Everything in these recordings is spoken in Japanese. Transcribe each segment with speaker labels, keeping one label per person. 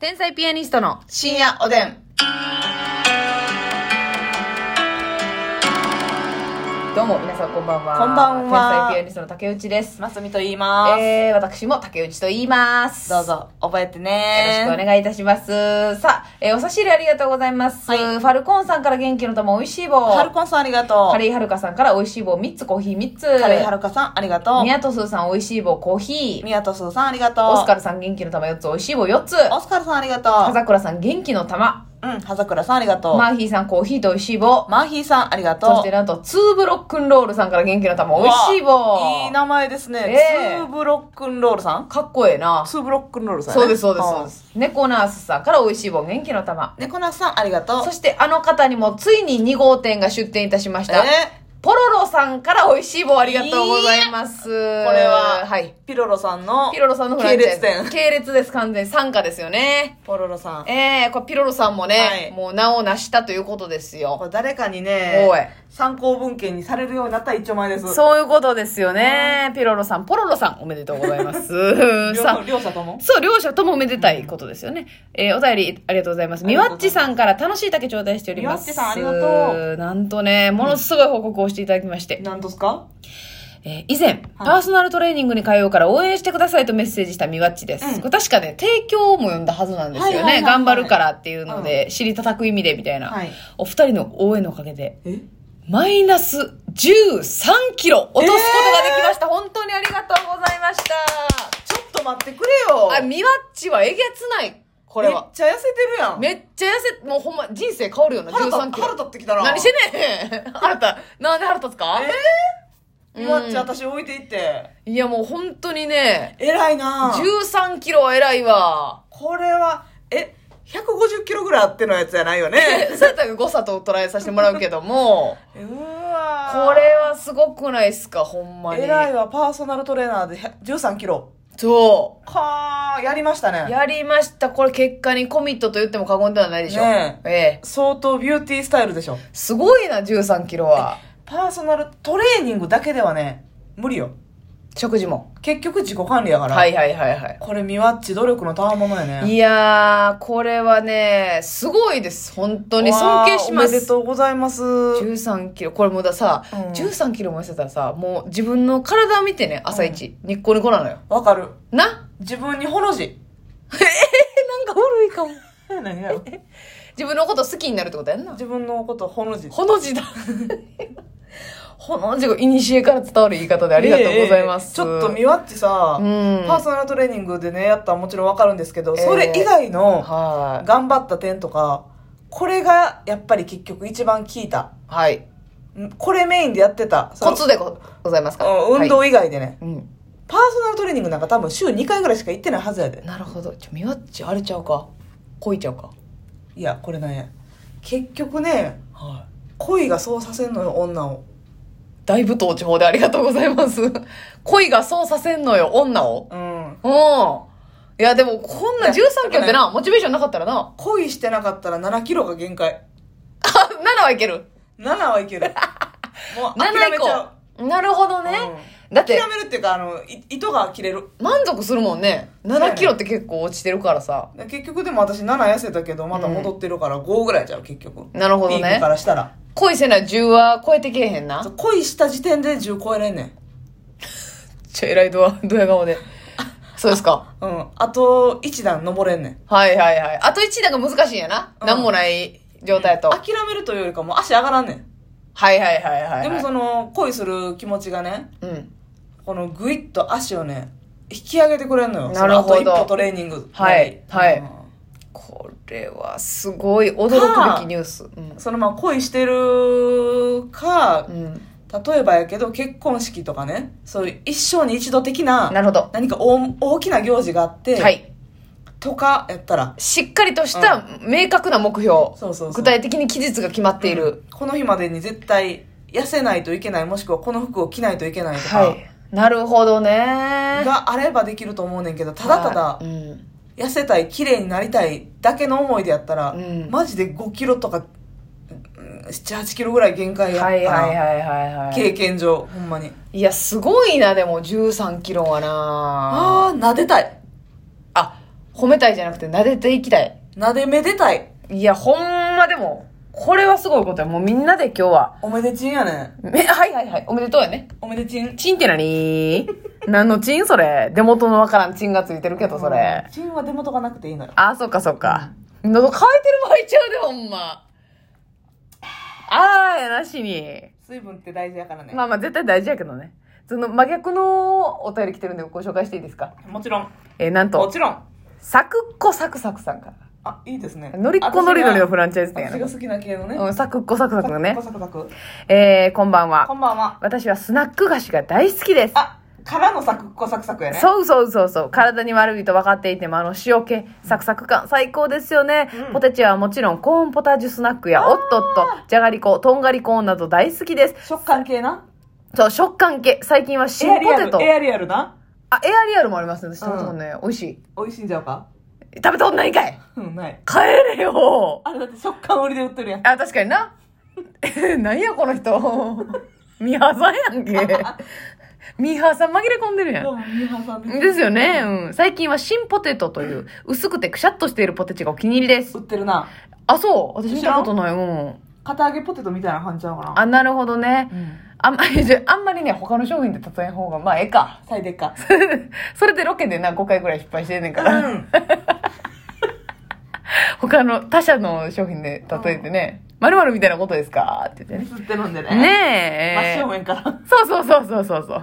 Speaker 1: 天才ピアニストの
Speaker 2: 深夜おでん。
Speaker 1: どうも皆さんこんばんは
Speaker 2: こんばんは
Speaker 1: 天才ピアニストの竹内です
Speaker 2: ますみと言います。
Speaker 1: えー、私も竹内と言います
Speaker 2: どうぞ、覚えてね。
Speaker 1: よろしくお願いいたしますさあ、えーお差し入れありがとうございます、
Speaker 2: はい
Speaker 1: ファルコンさんから元気の玉おいしい棒
Speaker 2: はるこんさんありがとう。
Speaker 1: カレイはるかさんからおいしい棒3つコーヒー3つ
Speaker 2: カレイはるかさんありがとう。
Speaker 1: みやとすーさんおいしい棒コーヒー
Speaker 2: みやとすーさんありがとう。
Speaker 1: オスカルさん元気の玉4つおいしい棒4つ
Speaker 2: オスカルさんありがと
Speaker 1: 葉桜さん元気の玉
Speaker 2: う。うん、はざくらさんありがとう。
Speaker 1: マーヒーさんコーヒーとおいしい棒
Speaker 2: マーヒーさんありがとう。
Speaker 1: そしてなんとツーブロックンロールさんから元気の玉おいしい棒
Speaker 2: わいい名前ですね。
Speaker 1: ええ
Speaker 2: ツーブロックンロールさん
Speaker 1: かっこええな
Speaker 2: ツーブロックンロールさん
Speaker 1: そ
Speaker 2: やね、。
Speaker 1: うですそうですそうですす猫ナースさんから美味しい棒元気の玉
Speaker 2: 猫なすさんありがとう。
Speaker 1: そしてあの方にもついに2号店が出店いたしました、
Speaker 2: え
Speaker 1: ポロロさんから美味しい棒ありがとうございますこれ
Speaker 2: ーこれは、
Speaker 1: はい
Speaker 2: ピロロさんの、
Speaker 1: ピロロさんのフラ
Speaker 2: 系
Speaker 1: ンチャ
Speaker 2: 列
Speaker 1: イズ
Speaker 2: 店。
Speaker 1: 系列です完全に参加ですよね
Speaker 2: ポロロさん。
Speaker 1: ええこれピロロさんもね、
Speaker 2: はい
Speaker 1: もう名を成したということです
Speaker 2: こ
Speaker 1: よ
Speaker 2: れ誰かにね
Speaker 1: おい、
Speaker 2: 参考文献にされるようになった一丁前です。
Speaker 1: そういうことですよねピロロさんポロロさんおめでとうございます
Speaker 2: 両
Speaker 1: さあ
Speaker 2: 両者とも
Speaker 1: そう、両者ともおめでたいことですよね。えーお便りありがとうございます。
Speaker 2: あり
Speaker 1: み
Speaker 2: が
Speaker 1: わ
Speaker 2: と
Speaker 1: っ
Speaker 2: うござい
Speaker 1: ち
Speaker 2: ます
Speaker 1: さんから楽しい竹頂戴しております。
Speaker 2: みわっちさんありがと
Speaker 1: う。なんとね、ものすごい報告をしていただきまして、
Speaker 2: 何ですか
Speaker 1: えー以前、パーソナルトレーニングに通うから応援してくださいとメッセージしたみわっちです。
Speaker 2: うん
Speaker 1: これ確かね、提供も読んだはずなんですよね。
Speaker 2: はいはいはいはい
Speaker 1: 頑張るからっていうので、尻叩く意味でみたいな。
Speaker 2: はい
Speaker 1: お二人の応援のおかげで、
Speaker 2: え
Speaker 1: マイナス13キロ落とすことができました。本当にありがとうございました。
Speaker 2: ちょっと待ってくれよ
Speaker 1: あ、みわっちはえげつない。これは
Speaker 2: めっ。ちゃ痩せてるやん
Speaker 1: めっちゃ痩せ、もうほんま、人生変わるよな、
Speaker 2: 腹立
Speaker 1: 13キ
Speaker 2: 腹
Speaker 1: ロ。
Speaker 2: 立ってきたな
Speaker 1: 何してんねん腹立つ。なんで腹立つか
Speaker 2: えー、マッチ私置いていって
Speaker 1: いやもう本当にね、
Speaker 2: 偉いな
Speaker 1: 13キロは偉いわ。
Speaker 2: これはえ150キロぐらいあってのやつじゃないよね
Speaker 1: え そうやったら誤差と捉えさせてもらうけども、
Speaker 2: う
Speaker 1: こ
Speaker 2: わー
Speaker 1: れはすごくないっすか、ほんまに。
Speaker 2: 偉いわパーソナルトレーナーで100 13キロ
Speaker 1: そ
Speaker 2: かーやりました
Speaker 1: う。
Speaker 2: ね
Speaker 1: やりました。これ結果にコミットと言っても過言ではないでしょ。
Speaker 2: ね
Speaker 1: ええ。
Speaker 2: 相当ビューティースタイルでしょ
Speaker 1: すごいな、13キロは。
Speaker 2: パーソナルトレーニングだけではね無理よ
Speaker 1: 食事も。
Speaker 2: 結局自己管理やから、
Speaker 1: はいはいはいはい。
Speaker 2: これミワッチ努力のたわものやね
Speaker 1: いやー、これはね、すごいです。本当に尊敬しま。
Speaker 2: わあおめですとうございます。
Speaker 1: 13キロ。これもうださ、
Speaker 2: うん
Speaker 1: 13キロも痩せたらさ、もう自分の体を見てね、朝一、ニッコニコなのよ。
Speaker 2: わかる。
Speaker 1: な
Speaker 2: 自分に ほの字。
Speaker 1: え、なんか古いかも。
Speaker 2: 何がよ
Speaker 1: 自分のこと好きになるってことやんな。
Speaker 2: 自分のことほの字。
Speaker 1: ほの字だ。ほの字が、いにしえから伝わる言い方でありがとうございます。
Speaker 2: ええちょっとミワッチさ、
Speaker 1: うん
Speaker 2: パーソナルトレーニングでね、やったらもちろんわかるんですけど、それ以外の
Speaker 1: は
Speaker 2: 頑張った点とか、これがやっぱり結局一番効いた。
Speaker 1: い。はい。
Speaker 2: んこれメインでやってた。そ
Speaker 1: コ
Speaker 2: の
Speaker 1: ツでごございますか
Speaker 2: うん運
Speaker 1: は
Speaker 2: 動以外でね、
Speaker 1: いうん。
Speaker 2: パーソナルトレーニングなんか多分週2回ぐらいしか行ってないはずやで。
Speaker 1: なるほど。ちょ、みわっち、あれちゃうか。こいちゃうか。
Speaker 2: いや、これね、結局ね、
Speaker 1: はい。
Speaker 2: 恋がそうさせんのよ、女を。
Speaker 1: 大舞踏地方でありがとうございます。恋がそうさせんのよ、女を。
Speaker 2: うん。
Speaker 1: うん。いや、でも、こんな
Speaker 2: ね
Speaker 1: 13キロってな、モチベーションなかったら な、
Speaker 2: 恋してなかったら7キロが限界。
Speaker 1: あ、7はいける。
Speaker 2: 7は いける。もう
Speaker 1: 7
Speaker 2: 諦め
Speaker 1: 以
Speaker 2: ちゃう。
Speaker 1: 降。なるほどね。だって
Speaker 2: 諦、めるっていうか、あの、い糸が切れる。
Speaker 1: 満足するもんね。
Speaker 2: うや
Speaker 1: 7
Speaker 2: ね
Speaker 1: キロって結構落ちてるからさ。
Speaker 2: 結局でも私7痩せたけど、また戻ってるから5ぐらいちゃう、結局。
Speaker 1: なるほど
Speaker 2: ピーク
Speaker 1: ね
Speaker 2: か。らしたら。
Speaker 1: 恋せない10は超えてけえへんな。
Speaker 2: 恋した時点で10超えれんねん。
Speaker 1: ちょ、偉いドア、 ドヤ顔で。そうですか。
Speaker 2: うん。あと1段登れんねん。
Speaker 1: はいはいはい。あと1なんか難しいんやな。
Speaker 2: うん
Speaker 1: なんもない状態やと。
Speaker 2: 諦めるというよりかもう足上がらんねん。
Speaker 1: はいはいはいはいはい。
Speaker 2: でもその、恋する気持ちがね、
Speaker 1: うん。
Speaker 2: このぐいっと足をね、引き上げてくれんのよ。
Speaker 1: なるほど
Speaker 2: そのあと一歩トレーニング。
Speaker 1: はいはい
Speaker 2: うん
Speaker 1: これはすごい驚くべきニュース。うん
Speaker 2: そのまあ恋してるか、
Speaker 1: うん、
Speaker 2: 例えばやけど結婚式とかねそういう一生に一度的な
Speaker 1: なるほど。
Speaker 2: 何か大大きな行事があって、
Speaker 1: はい。
Speaker 2: とかやったら
Speaker 1: しっかりとした明確な目標。
Speaker 2: そうそうそう
Speaker 1: 具体的に期日が決まっている。
Speaker 2: この日までに絶対痩せないといけないもしくはこの服を着ないといけないとか、
Speaker 1: はい。なるほどね。
Speaker 2: があればできると思うねんけどただただ
Speaker 1: はいうん。
Speaker 2: 痩せたい綺麗になりたいだけの思いでやったら、
Speaker 1: うん
Speaker 2: マジで5キロとか78キロぐらい限界やった
Speaker 1: は
Speaker 2: な、
Speaker 1: いはいはいはいは
Speaker 2: 経験上ほんまに
Speaker 1: い。いや、すごいな、でも13キロはな
Speaker 2: ああー撫でたい
Speaker 1: あ、褒めたいじゃなくて撫でていきたい。
Speaker 2: なでめでたい。
Speaker 1: いや、ほんまでも、これはすごいことや。もうみんなで今日は。
Speaker 2: おめでちんやねん。
Speaker 1: め、はいはいはい。おめでとうやね。
Speaker 2: おめでちん。
Speaker 1: チンって何何のチンそれ。出元のわからんチンがついてるけど、それ。
Speaker 2: ちんは出元がなくていいのよ。
Speaker 1: あ、そっかそっか。喉乾いてる場合ちゃうで、ほんま。あーやなしに。
Speaker 2: 水分って大事やからね。
Speaker 1: まあまあ絶対大事やけどね。その真逆のお便り来てるんでご紹介していいですか
Speaker 2: もちろん。
Speaker 1: えーなん
Speaker 2: も
Speaker 1: と、
Speaker 2: ちろん。
Speaker 1: サクッコサクサクさんか
Speaker 2: あ、いいですね。
Speaker 1: ら。のりっこのりのりのフ
Speaker 2: ラ
Speaker 1: ランチャイズ店や
Speaker 2: 私
Speaker 1: な
Speaker 2: が。好きな系のね。
Speaker 1: うん、サクッコサクサクのね
Speaker 2: サク。サクサク。
Speaker 1: えー、こんばんは
Speaker 2: こ。んばんは。
Speaker 1: 私はスナック菓子が大好きです。
Speaker 2: あ、からのサクッコサクサクやね。
Speaker 1: そうそうそうそう。体に悪いと分かっていても、あの塩気、サクサク感、最高ですよね。
Speaker 2: うん
Speaker 1: ポテチはもちろん、コーンポタージュスナックや、おっとっと、じゃがりこ、とんがりコーンなど大好きです。
Speaker 2: 食感系な。
Speaker 1: そう、食感系。最近は
Speaker 2: エア
Speaker 1: 新
Speaker 2: リ
Speaker 1: ポ
Speaker 2: ア
Speaker 1: テ
Speaker 2: ル
Speaker 1: ト。。
Speaker 2: エアリアルな。
Speaker 1: あ、エアリアルもありますね。私食べたことね、美味しい。
Speaker 2: 美味しいんじゃうか
Speaker 1: 食べたことないんかい
Speaker 2: うん、ない。
Speaker 1: 帰れよ
Speaker 2: あれだって食感売りで売ってるやん。
Speaker 1: あ、確かにな。 何やこの人。 ミハさんやんけ。 ミハさん紛れ込んでるやん
Speaker 2: ど。うも、みはさんです。
Speaker 1: ですよね。うん。最近は新ポテトという、薄くてくしゃっとしているポテチがお気に入りです
Speaker 2: 売。ってるな。
Speaker 1: あ、そう私見たことない。うん。
Speaker 2: 片揚げポテトみたいな感じちゃうかな。
Speaker 1: あ、なるほどね
Speaker 2: う。ん。
Speaker 1: あんまり、じゃあんまりね、他の商品で例えん方が、まあ、ええか。
Speaker 2: 最でっか。
Speaker 1: それでロケでな、5回ぐらい失敗してんねん
Speaker 2: う
Speaker 1: から。
Speaker 2: ん。
Speaker 1: 他の、他社の商品で例えてね、まるみたいなことですかって言ってね。
Speaker 2: 吸ってるんでね。
Speaker 1: ね
Speaker 2: 真
Speaker 1: え
Speaker 2: 正。面から。
Speaker 1: そうそうそうそうそうそう。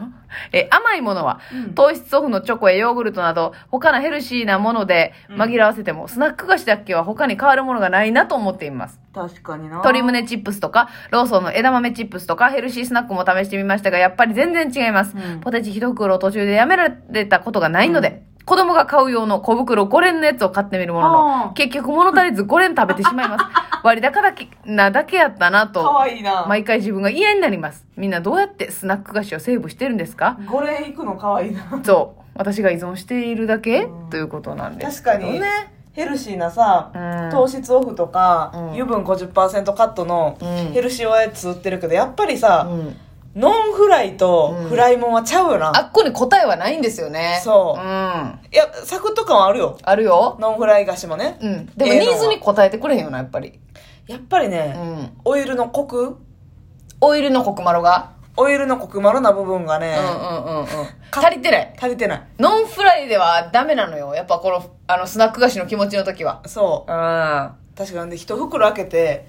Speaker 1: え、甘いものは、
Speaker 2: うん
Speaker 1: 糖質オフのチョコやヨーグルトなど、他のヘルシーなもので
Speaker 2: うん
Speaker 1: 紛らわせても、スナック菓子だけは他に変わるものがないなと思っています。
Speaker 2: 確かにな。
Speaker 1: 鶏胸チップスとか、ローソンの枝豆チップスとか、ヘルシースナックも試してみましたが、やっぱり全然違います。
Speaker 2: うん
Speaker 1: ポテチ一袋を途中でやめられたことがないので、子供が買う用の小袋5連のやつを買ってみるもの
Speaker 2: あー
Speaker 1: の、結局物足りず5連食べてしまいます。 割高だけ、なだけやったなと。
Speaker 2: かわいいな。
Speaker 1: 毎回自分が嫌になります。みんなどうやってスナック菓子をセーブしてるんですか
Speaker 2: 5連行くのかわいいな。
Speaker 1: そう。私が依存しているだけ
Speaker 2: うん
Speaker 1: ということなんです
Speaker 2: 確
Speaker 1: けどね。
Speaker 2: かに。ヘルシーなさ、
Speaker 1: うん
Speaker 2: 糖質オフとか、
Speaker 1: うん
Speaker 2: 油分50%カットの
Speaker 1: うん
Speaker 2: ヘルシーおやつ売ってるけど、やっぱりさ、
Speaker 1: うん。
Speaker 2: ノンフライと
Speaker 1: うん
Speaker 2: フライもんはちゃうよな。
Speaker 1: あっこに答えはないんですよね。。
Speaker 2: そううんいや、サクッと感はあるよ。
Speaker 1: あるよ。
Speaker 2: ノンフライ菓子もね。
Speaker 1: うん。でも
Speaker 2: ええ
Speaker 1: ニ
Speaker 2: のは
Speaker 1: ーズに応えてくれへんよな、やっぱり。
Speaker 2: やっぱり
Speaker 1: う
Speaker 2: ね、
Speaker 1: ん。
Speaker 2: オイルのコク
Speaker 1: オイルのコクマロが。
Speaker 2: オイルのコクマロな部分がね
Speaker 1: うん、うんうんうん。
Speaker 2: か
Speaker 1: 足りてない。
Speaker 2: 足りてない。
Speaker 1: ノンフライではダメなのよ。やっぱこの、あの、スナック菓子の気持ちの時は。
Speaker 2: そう。
Speaker 1: うん。
Speaker 2: 確かにね、一袋開けて、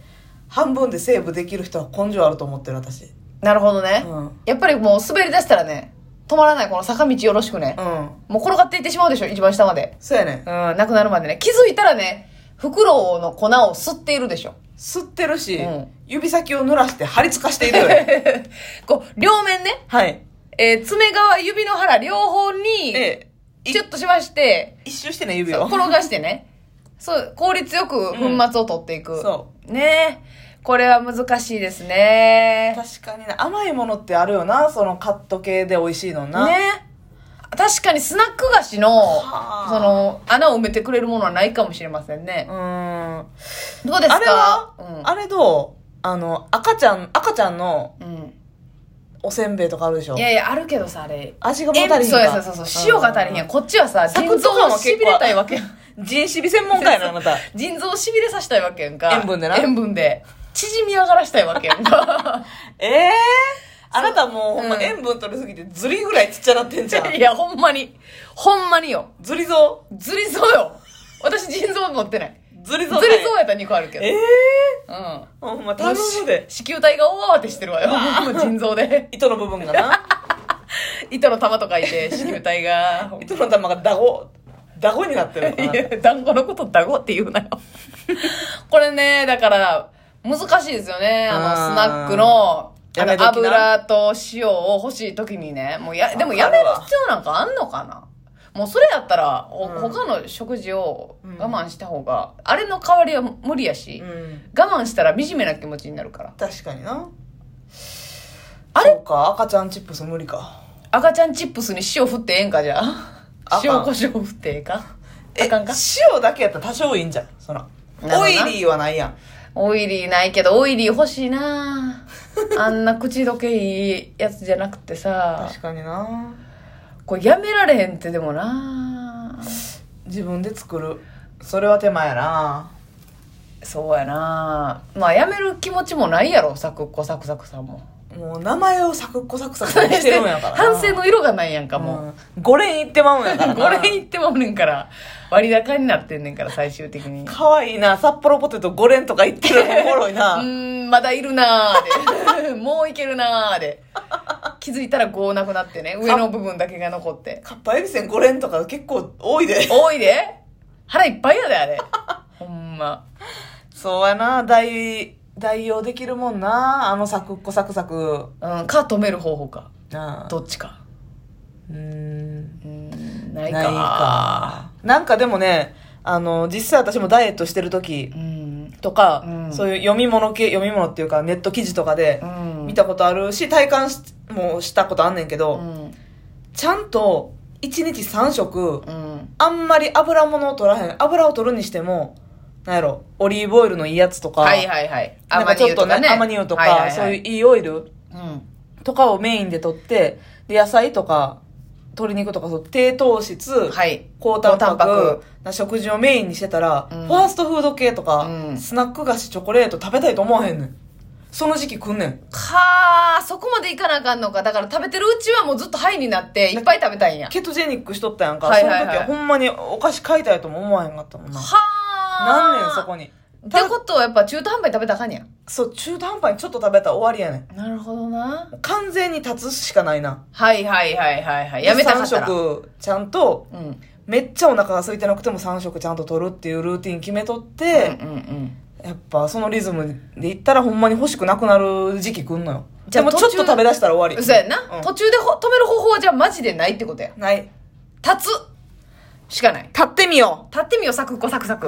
Speaker 2: 半分でセーブできる人は根性あると思ってる、私。
Speaker 1: なるほどね。
Speaker 2: うん
Speaker 1: やっぱりもう滑り出したらね、止まらないこの坂道よろしくね。
Speaker 2: うん。
Speaker 1: もう転がっていってしまうでしょ、一番下まで。
Speaker 2: そうやね
Speaker 1: うん、なくなるまでね。気づいたらね、袋の粉を吸っているでしょ。
Speaker 2: 吸ってるし、
Speaker 1: うん
Speaker 2: 指先を濡らして張り付かしているよね
Speaker 1: こう、両面ね、
Speaker 2: はい。
Speaker 1: えー爪側、指の腹、両方に、
Speaker 2: ええ、い
Speaker 1: ちょっとしまして、
Speaker 2: 一周してね、指を。
Speaker 1: 転がしてね。そう、効率よく粉末を取っていく。。
Speaker 2: そう
Speaker 1: ねえ。これは難しいですね。
Speaker 2: 確かにな、甘いものってあるよな、そのカット系で美味しいのな。
Speaker 1: ね確かにスナック菓子の、
Speaker 2: はあ
Speaker 1: その、穴を埋めてくれるものはないかもしれませんね
Speaker 2: う。ーん。
Speaker 1: どうですか
Speaker 2: あれは、
Speaker 1: うん
Speaker 2: あれどうあの、赤ちゃん、赤ちゃんの
Speaker 1: うん。
Speaker 2: おせんべいとかあるでしょ
Speaker 1: いやいや、あるけどさ、あれ。
Speaker 2: 味が物足りひん
Speaker 1: そう
Speaker 2: か
Speaker 1: やそうそうそう。塩が足りへん。こっちはさ、
Speaker 2: サク
Speaker 1: 腎
Speaker 2: ッ
Speaker 1: 臓
Speaker 2: と感
Speaker 1: を
Speaker 2: は
Speaker 1: し
Speaker 2: 結構
Speaker 1: びれたいわけやん。
Speaker 2: ん。人種美専門家やな、あなた。
Speaker 1: 腎臓をしびれさせたいわけやんか。
Speaker 2: 塩分でな
Speaker 1: 塩分で。縮み上がらしたいわけやんか。
Speaker 2: ええあなたもうほんま
Speaker 1: うん
Speaker 2: 塩分取りすぎてズリぐらいちっちゃなってん じゃん。
Speaker 1: いや、ほんまに。ほんまによ。
Speaker 2: ズリゾ
Speaker 1: ずりそうよ。私、腎臓持ってない。
Speaker 2: ウズリ
Speaker 1: ずり
Speaker 2: ゾ
Speaker 1: そう
Speaker 2: ウない
Speaker 1: やったら2個あるけど。
Speaker 2: ええ
Speaker 1: うん。
Speaker 2: ほんま頼むで。
Speaker 1: 子宮体が大慌てしてるわよ。もう 腎臓 で。
Speaker 2: 糸の部分 がな。
Speaker 1: 糸の玉とかいて、子宮 体が。ほんま
Speaker 2: 糸の玉がダゴ、ダゴになってるのか
Speaker 1: い
Speaker 2: な。
Speaker 1: や、団子のことダゴって言うな よ。これね、だから、難しいですよね。あの、
Speaker 2: あー
Speaker 1: スナックの、あ
Speaker 2: やめ
Speaker 1: の、
Speaker 2: 時な
Speaker 1: 油と塩を欲しい時にね、もうや、でも
Speaker 2: わか
Speaker 1: や
Speaker 2: る
Speaker 1: め
Speaker 2: わ
Speaker 1: る必要なんかあんのかなもうそれやったら、お
Speaker 2: うん
Speaker 1: 他の食事を
Speaker 2: うん
Speaker 1: 我慢した方が、あれの代わりは無理やし、
Speaker 2: うん。
Speaker 1: 我慢したら惨めな気持ちになるから。
Speaker 2: 確かにな。
Speaker 1: あれ
Speaker 2: そうか、赤ちゃんチップス無理か。
Speaker 1: 赤ちゃんチップスに塩振ってええんか、じゃあ
Speaker 2: あ。かん
Speaker 1: 塩コショウ振ってええか。あかんか。
Speaker 2: 塩だけやったら多少いいんじゃん。そら。
Speaker 1: なるほどな
Speaker 2: オイリーはないやん。
Speaker 1: オイリーないけど、オイリー欲しいなぁあんな口どけいいやつじゃなくてさ
Speaker 2: 確かにな。
Speaker 1: これやめられへんってでもなぁ
Speaker 2: 自分で作るそれは手間やな
Speaker 1: そうやなまあやめる気持ちもないやろサクッコサクサクさんも
Speaker 2: もう名前をサクッコサクサクしてるんやからな
Speaker 1: 反省の色がないやんかもう、
Speaker 2: もう5連いってまうん やからな
Speaker 1: 5連いってまうねんから割高になってんねんから最終的にう
Speaker 2: かわいいな札幌ポテト5連とか言ってるのおもろい な
Speaker 1: ーんまだいるな ーでもういけるなーで気づいたら5なくなってね上の部分だけが残って
Speaker 2: かっぱえびせん5連とか結構多いで
Speaker 1: 多いで腹いっぱいやであれほんま
Speaker 2: そうやな代代用できるもんなあのサクッコサクサク
Speaker 1: うんか止める方法か
Speaker 2: なあ
Speaker 1: どっちか
Speaker 2: うーん
Speaker 1: うーんな
Speaker 2: ないい
Speaker 1: か
Speaker 2: かなんかでもねあの実際私もダイエットしてる時
Speaker 1: うん
Speaker 2: とか、
Speaker 1: うん
Speaker 2: そういう読み物系読み物っていうかネット記事とかで
Speaker 1: うん
Speaker 2: 見たことあるし体感しもしたことあんねんけど、
Speaker 1: うん
Speaker 2: ちゃんと1日3食
Speaker 1: うん
Speaker 2: あんまり油物を取らへん油を取るにしてもなんやろオリーブオイルのいいやつとか
Speaker 1: はいはいはい
Speaker 2: なんかちょっとねアマニ油とか、そういういいオイル
Speaker 1: うん
Speaker 2: とかをメインで取ってで野菜とか鶏肉とかそう低糖質、
Speaker 1: はい
Speaker 2: 高タンパ
Speaker 1: 高タンパ
Speaker 2: クな食事をメインにしてたら、
Speaker 1: うん
Speaker 2: ファーストフード系とか、
Speaker 1: うん
Speaker 2: スナック菓子チョコレート食べたいと思わへんねんその時期食んねん
Speaker 1: かーそこまでいかなあかんのかだから食べてるうちはもうずっとハイになっていっぱい食べたいんや
Speaker 2: ケトジェニックしとったやんか、
Speaker 1: はいはいはい
Speaker 2: その時はほんまにお菓子買いたいとも思わへんかったもんな
Speaker 1: は
Speaker 2: 何
Speaker 1: ー
Speaker 2: 年そこに
Speaker 1: ってことはやっぱ中途半端に食べたらあかんや
Speaker 2: そう中途半端にちょっと食べたら終わりやね
Speaker 1: なるほどなん
Speaker 2: 完全に立つしかないな
Speaker 1: はいはいはいはいはいやめたかったら
Speaker 2: 3食ちゃんと
Speaker 1: うんうん
Speaker 2: めっちゃお腹が空いてなくても3食ちゃんと取るっていうルーティン決めと
Speaker 1: う
Speaker 2: っ
Speaker 1: ん
Speaker 2: て、
Speaker 1: うん
Speaker 2: やっぱそのリズムでいったらほんまに欲しくなくなる時期くんのよ
Speaker 1: じゃあ
Speaker 2: でもち
Speaker 1: 途
Speaker 2: ょっ
Speaker 1: 中
Speaker 2: と食べだしたら終わり
Speaker 1: そうやな、
Speaker 2: ん
Speaker 1: 途中でほ止める方法はじゃあマジでないってことや
Speaker 2: ない
Speaker 1: 立つしかない
Speaker 2: 立ってみよう
Speaker 1: 立ってみようサクッコサクサク